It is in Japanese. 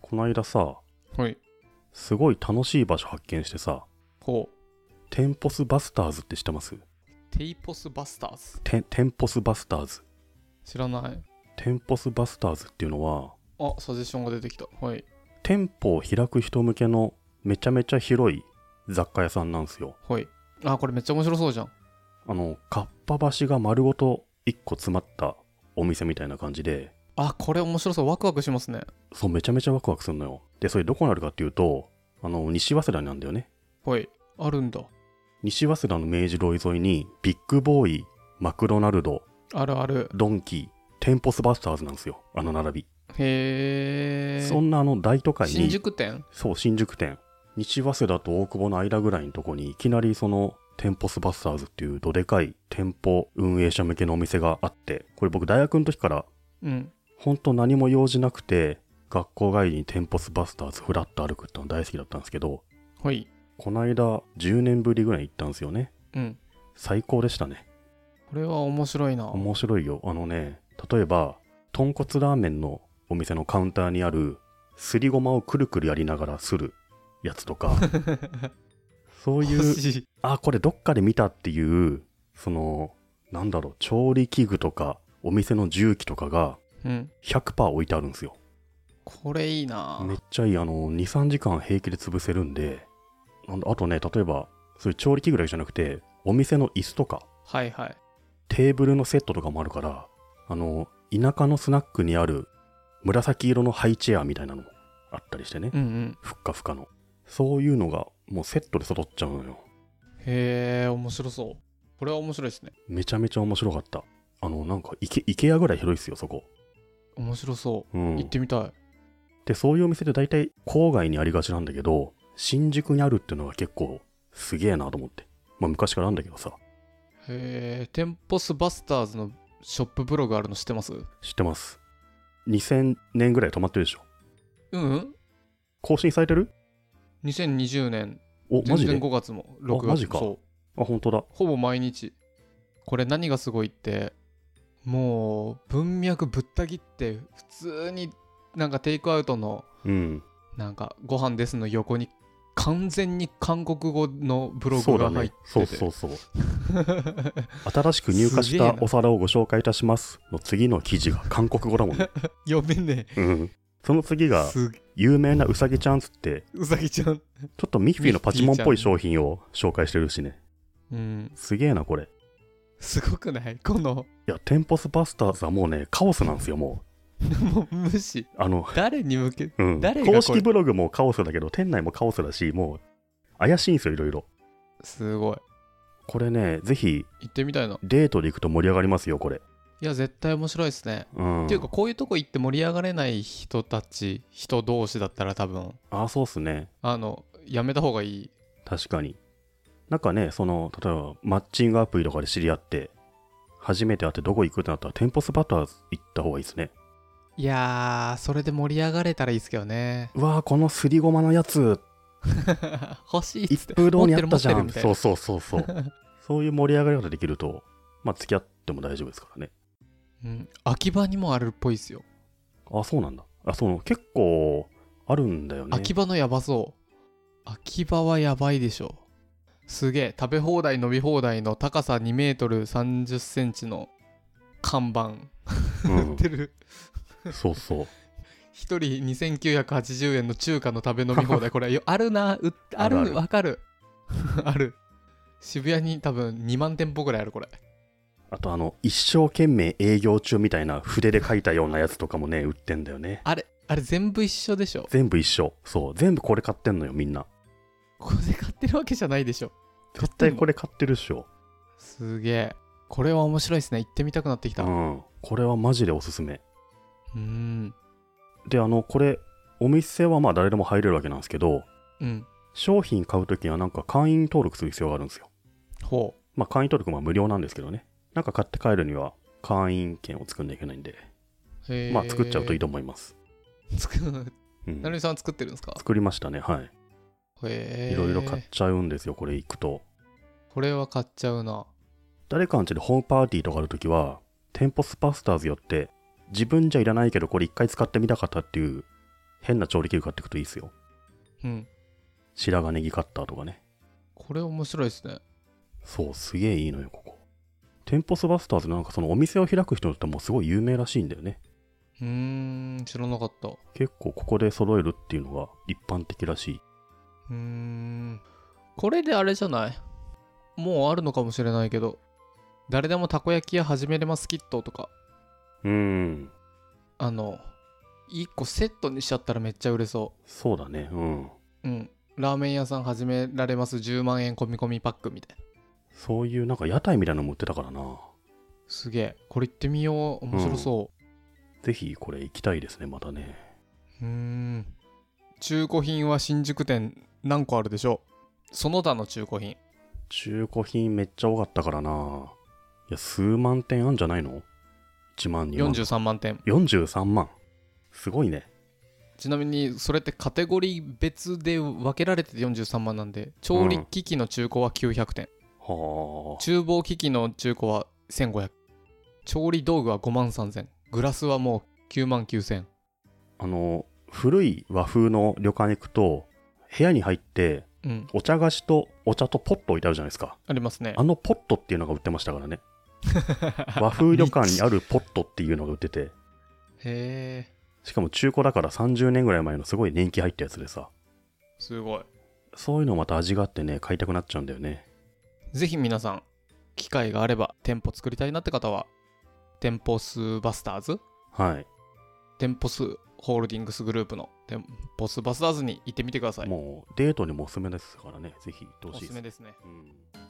こないださ、はい。すごい楽しい場所発見してさ、ほう。テンポスバスターズって知ってますテイポスバスターズ。テテンポスバスターズ。知らない。テンポスバスターズっていうのは、あ、サジェッションが出てきた。はい。店舗を開く人向けのめちゃめちゃ広い雑貨屋さんなんですよ。はい。あ、これめっちゃ面白そうじゃん。あの、かっぱ橋が丸ごと1個詰まったお店みたいな感じで、あ、これ面白そう。ワクワクしますね。そう、めちゃめちゃワクワクするのよ。で、それどこにあるかっていうと、あの、西早稲田になんだよね。はい。あるんだ。西早稲田の明治通り沿いに、ビッグボーイ、マクドナルド、あるある。ドンキー、テンポスバスターズなんですよ。あの並び。へえ。そんなあの大都会に、新宿店そう、新宿店。西早稲田と大久保の間ぐらいのとこに、いきなりその、テンポスバスターズっていうどでかい店舗運営者向けのお店があって、これ僕大学の時から、うん。ほんと何も用事なくて、学校帰りにテンポスバスターズふらっと歩くっての大好きだったんですけど、はい。この間10年ぶりぐらいに行ったんですよね。うん。最高でしたね。これは面白いな。面白いよ。あのね、例えば、豚骨ラーメンのお店のカウンターにある、すりごまをくるくるやりながらするやつと か、そうい欲う、しい。あ、これどっかで見たっていう、その、なんだろう、調理器具とか、お店の重機とかがうん。 100%置いてあるんですよ。これいいな。めっちゃいい。あの、2、3時間平気で潰せるんで、なんだあとね、例えば、そういう調理器具だけじゃなくて、お店の椅子とか、はいはい。テーブルのセットとかもあるから、あの、田舎のスナックにある紫色のハイチェアみたいなのもあったりしてね。うんうん。ふっかふかの。そういうのがもうセットで揃っちゃうのよ。へえ、面白そう。これは面白いですね。めちゃめちゃ面白かった。あの、なんか、イケ、イケアぐらい広いっすよ、そこ。面白そうう。ん行っ。てみたい。で、そういうお店で大体郊外にありがちなんだけど、新宿にあるっていうのが結構すげえなと思って。まあ昔からあるんだけどさ、へえ、テンポスバスターズのショップブログあるの知ってますうん知ってます。2000年ぐらい止まってるでしょ。うん。更新されてる2020年、お、マ全ジで然5月も6月もマジかそう。あ、本当だ。ほぼ毎日。これ何がすごいって、もう文脈ぶった切って、普通になんかテイクアウトのうん。なんかご飯ですの横に完全に韓国語のブブログが入ってて。そうそうそうそう 新しく入荷すしげえたなお皿をご紹介いたしますの次の記事が韓国語だ もんね、読めねうん、その次え。がす有名なうさぎちゃんつってうさぎちゃん。ちょっとミッフィーのパチモンっぽい商品を紹介してるしねうん。すげえなこれいすごくないこの、 やテンポスバスターズはもうねカオスなんですよももう無視。うあの、誰に向け、うん、誰がこれ公式ブログもカオスだけど店内もカオスだしもう怪しいんですよいろいろすごい。これねぜひ行ってみたいな。デートで行くと盛り上がりますよこれいや、絶対面白いですね。うんっていうか、こういうとこ行って盛り上がれない人たち、人同士だったら多分、あそうっすねあの、やめた方がいい。確かになんかねその例えばマッチングアプリとかで知り合って初めて会ってどこ行くってなったら店舗スバターズ行った方がいいですね。いやー、それで盛り上がれたらいいですけど ねうわーこのすりごまのやつ欲しいっつっ一て。風堂にあったじゃ持っんてるそ持うそうそうそう そういう盛り上がり方できるとまあ付き合っても大丈夫ですからねうん。秋葉にもあるっぽいですよ。あそうなんだあその結構あるんだよね秋葉のやばそう。秋葉はやばいでしょ。すげえ、食べ放題、飲み放題の高さ2メートル30センチの看板。 売ってる。うん、そうそう一人2980円の中華の食べ飲 み放題これよあるなうああるあるるわかる ある渋谷に多分2万店舗ぐらいあるこれあとあの一生懸命営業中みたいな筆で書いたようなやつとかもね売ってんだよねあれあれ全部一緒でしょ全部一緒そう全部これ買ってんのよみんなこれで買ってるわけじゃないでしょ絶対これ買ってるっしょすげえこれは面白いですね行ってみたくなってきたう、うんこれはマジでおすすめーんであのこれお店はまあ誰でも入れるわけなんですけどうん商品買うときにはなんか会員登録する必要があるんですよほまあ会員登録は無料なんですけどねなんか買って帰るには会員券を作んなきゃいけないんで、うへえまあ作っちゃうといいとと思います、作るうん成美さんは作ってるんですか作りましたねはい、へえいろいろ買っちゃうんですよこれ行くとこれは買っちゃうな誰かん家でホームパーティーとかあるときは店舗スパスターズ寄って自分じゃいらないけどこれ一回使ってみたかったっていう変な調理器具買ってくといいですよ。うん白髪ネギカッターとかね。これ面白いですねそう、すげえいいのよ、ここ。テンポスバスターズなんかそのお店を開く人だってもうすごい有名らしいんだよね。うーん知らなかったう結構ここで揃えるっていうのが一般的らしい。ーんこれであれじゃないもうあるのかもしれないけど誰でもたこ焼き屋始めれますキットとかうーん、あの1個セットにしちゃったらめっちゃ売れそそうだね、うん。ううんラーメン屋さん始められます10万円込み込みパックみたいなそういうなんか屋台みたいなのも売ってたからな。すげえこれ行ってみよう面白そう、ぜひこれ行きたいですね、またね。うーん中古品は新宿店何個あるでしょうその他の中古品中古品めっちゃ多かったからな。いや、数万点あんじゃないの ?1 万、2万。 43万点43万。すごいね。ちなみにそれってカテゴリー別で分けられてて43万なんで調理機器の中古は900点、はあ。厨房機器の中古は1500調理道具は5万3000グラスはもう9万9000あの、古い和風の旅館行くと、部屋に入って、うんお茶菓子とお茶とポット置いてあるじゃないですか。ありますねあのポットっていうのが売ってました からね。和風旅館にあるポットっていうのが売ってて、 へえしかも中古だから30年ぐらい前のすごい年季入ったやつでさ、すごいそういうのまた味があってね、買いたくなっちゃうんだよね。ぜひ皆さん機会があれば店舗作りたいなって方は店舗数バスターズはい。店舗数ホールディングスグループの店舗数バスターズに行ってみてくださいもうデートにもおすすめですからね、ぜひ行ってほおしいすですす。めですねうん